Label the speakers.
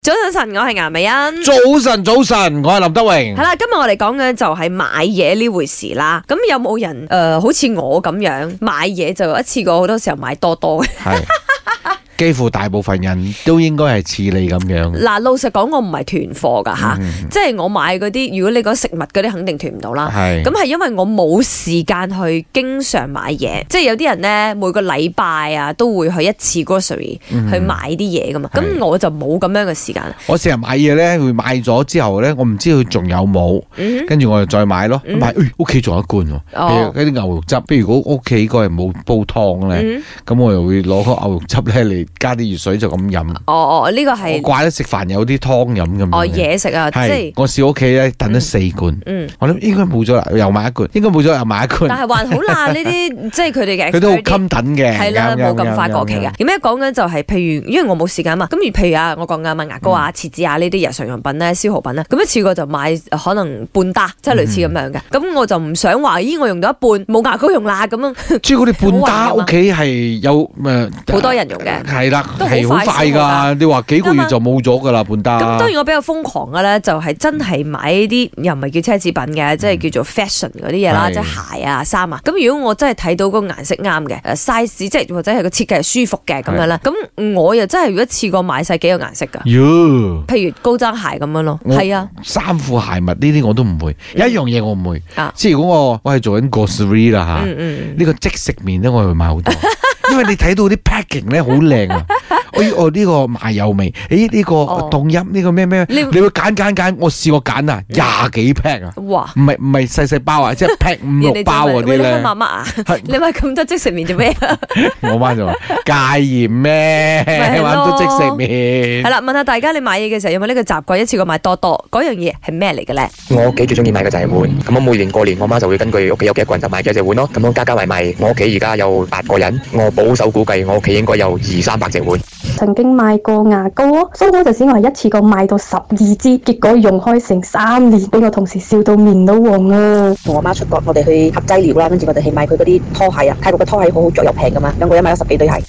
Speaker 1: 早晨，我係顏美欣。
Speaker 2: 早晨，早晨，我係林德榮
Speaker 1: 係。啦，今日我哋講嘅就係買嘢呢回事啦。咁有冇人誒、呃好似我咁樣買嘢就一次過好多時候買多多嘅？
Speaker 2: 係，幾乎大部分人都應該係似你咁樣。
Speaker 1: 嗱，老實講，我唔係囤貨㗎
Speaker 2: 嗯
Speaker 1: 吓，即係我買嗰啲，如果你講食物嗰啲，肯定囤唔到啦。
Speaker 2: 啊係
Speaker 1: 咁係因為我冇時間去經常買嘢，即係有啲人咧每個禮拜啊都會去一次 grocery 去買啲嘢噶嘛，咁、
Speaker 2: 嗯係
Speaker 1: 我就冇咁樣嘅時間啦。
Speaker 2: 我成日買嘢咧，會買咗之後咧，我唔知佢仲有冇，
Speaker 1: 嗯
Speaker 2: 跟住我就再買咯。
Speaker 1: 嗯
Speaker 2: 買，哎屋企仲有一罐喎，
Speaker 1: 哦
Speaker 2: 譬如嗰啲牛肉汁。譬如如果屋企嗰人冇煲湯
Speaker 1: 哼，
Speaker 2: 咧，
Speaker 1: 嗯
Speaker 2: 咁我又會攞個牛肉汁咧嚟加啲熱水就咁飲。
Speaker 1: 哼，哦哦，呢個
Speaker 2: 我
Speaker 1: 係
Speaker 2: 怪得食飯有啲湯飲咁樣嘅。
Speaker 1: 哦嘢食啊，即
Speaker 2: 係
Speaker 1: 係
Speaker 2: 我試屋企咧，燉咗四罐，
Speaker 1: 嗯。
Speaker 2: 我諗應該冇咗啦，又買一罐，應該冇咗又買一
Speaker 1: 但
Speaker 2: 罐，
Speaker 1: 係還好啦，呢 啲即係佢哋嘅
Speaker 2: 佢都好
Speaker 1: expert 啲
Speaker 2: 襟等嘅，
Speaker 1: 係啦，
Speaker 2: 啱
Speaker 1: 冇咁快過期。
Speaker 2: 啱啱
Speaker 1: 嘅
Speaker 2: 啱。
Speaker 1: 咁樣講緊就係，譬如因為我冇時間嘛，咁而譬如啊，我講緊買牙膏
Speaker 2: 嗯
Speaker 1: 啊、廁紙啊呢啲日常用品咧、消耗品咧，咁一啊次過就買呃可能半打，即係類似咁樣嘅。
Speaker 2: 嗯
Speaker 1: 咁我就唔想話，咦，我用到一半冇牙膏用啦咁樣，
Speaker 2: 朱古力半打
Speaker 1: 好啊玩㗎嘛
Speaker 2: 屋企係有誒
Speaker 1: 好多人用嘅。
Speaker 2: 係啦，
Speaker 1: 都好
Speaker 2: 係好快
Speaker 1: 快消耗啊
Speaker 2: 㗎。你話幾個月就冇咗㗎啦，半打。
Speaker 1: 咁當然我比較瘋狂嘅咧，就係真係買啲又唔係叫奢侈品嘅，即係叫做 fashion 嗰啲嘢啦，
Speaker 2: 嗯係
Speaker 1: 即係鞋啊、衫啊。咁如果我真係睇到個顏色啱嘅、誒 size，即係或者係個設計係舒服嘅咁樣啦，咁我又真係如果一次過買晒幾個顏色㗎。
Speaker 2: 喲
Speaker 1: 譬如高踭鞋咁樣咯，
Speaker 2: 嗯我
Speaker 1: 係啊，
Speaker 2: 衫褲鞋襪呢啲我都唔會，有一樣嘢我唔會
Speaker 1: 嗯啊。
Speaker 2: 即係如果我我係做緊 grocery 啦嚇，
Speaker 1: 嗯嗯
Speaker 2: 呢個即食麵咧，我係會買好 多，因為你睇到啲 packing 咧好靚啊！哎，我呢個麻油味，誒呢個
Speaker 1: 哦
Speaker 2: 凍飲，呢個咩咩，
Speaker 1: 你
Speaker 2: 你會揀揀揀，我試過揀啊，廿幾 pack 啊！
Speaker 1: 嗯，哇！
Speaker 2: 唔係唔係細細包啊，即係 pack 五六包嗰啲
Speaker 1: 人哋就問喂你
Speaker 2: 咧
Speaker 1: 媽，媽啊，
Speaker 2: 係
Speaker 1: 你買咁多即食麵做咩 啊？
Speaker 2: 我媽就話戒鹽咩，
Speaker 1: 係
Speaker 2: 玩
Speaker 1: 咯
Speaker 2: 到即食麵
Speaker 1: 係。啦，問下大家你買嘢嘅時候有冇呢個習慣，一次過買多多？嗰樣嘢係咩嚟嘅咧？
Speaker 3: 我屋企最中意買嘅就係碗，咁我每年過年我媽就會根據屋企有幾多個人就買幾多隻碗咯，咁樣加加埋埋，我屋企而家有八個人，我保守估計我屋企應該有二三百隻碗。
Speaker 4: 曾經買過牙膏咯，所以嗰陣時我係一次過買到十二支，結果用開成三年，俾我同事笑到面都黃啊！
Speaker 5: 同我媽出國，我哋去合劑療啦，跟住我哋去買佢嗰啲拖鞋啊，泰國嘅拖鞋好好着又平噶嘛，兩個人買咗十幾對鞋。